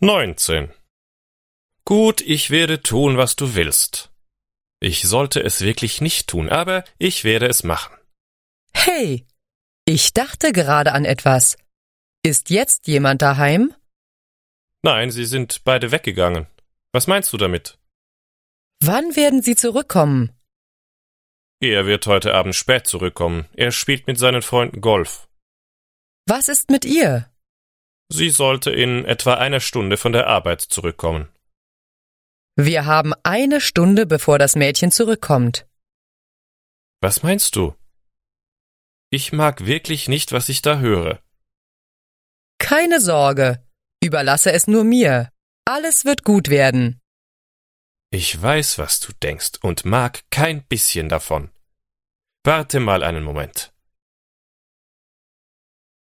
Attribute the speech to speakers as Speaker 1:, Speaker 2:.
Speaker 1: Neunzehn. Gut, ich werde tun, was du willst. Ich sollte es wirklich nicht tun, aber ich werde es machen.
Speaker 2: Hey, ich dachte gerade an etwas. Ist jetzt jemand daheim?
Speaker 1: Nein, sie sind beide weggegangen. Was meinst du damit?
Speaker 2: Wann werden Sie zurückkommen?
Speaker 1: Er wird heute Abend spät zurückkommen. Er spielt mit seinen Freunden Golf.
Speaker 2: Was ist mit ihr?
Speaker 1: Sie sollte in etwa einer Stunde von der Arbeit zurückkommen.
Speaker 2: Wir haben eine Stunde, bevor das Mädchen zurückkommt.
Speaker 1: Was meinst du? Ich mag wirklich nicht, was ich da höre.
Speaker 2: Keine Sorge. Überlasse es nur mir. Alles wird gut werden.
Speaker 1: Ich weiß, was du denkst und mag kein bisschen davon. Warte mal einen Moment.